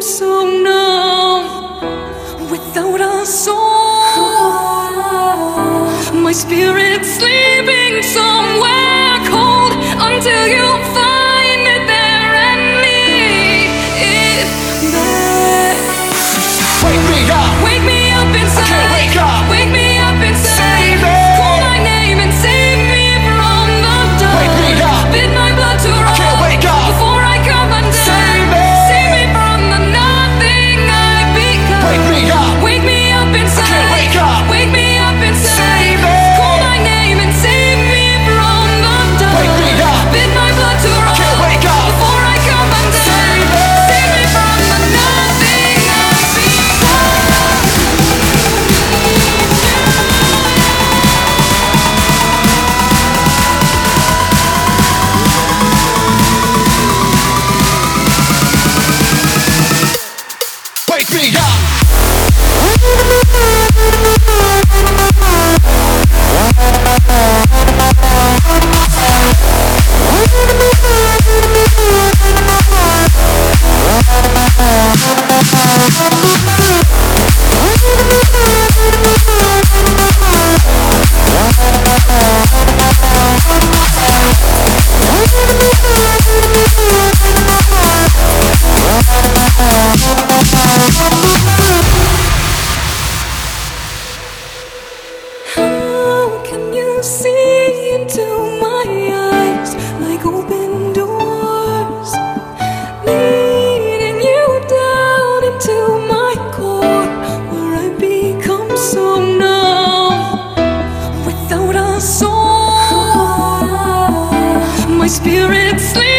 so numb without a soul. My spirit sleeping somewhere cold until you find it there and need it back. Wake me up, Wake me up inside. can't wake up. Wake me up inside. Save me. Call my name and save me from the dark. Wake me up. Bid my blood to run. can't wake up. Before I come undone. Save me. Save me from the nothing I become. wake me up, Wake me up inside. can't wake up. Wake me up inside. Save me. Call my name and save me from the dark. Wake me up. Bid my blood to run. Can't wake up. Before I come undone. Save me. Save me from the nothing I become. wake me up. How can you see into my eyes like open doors? Leading you down into my core where I become so numb without a soul. My spirit sleeping.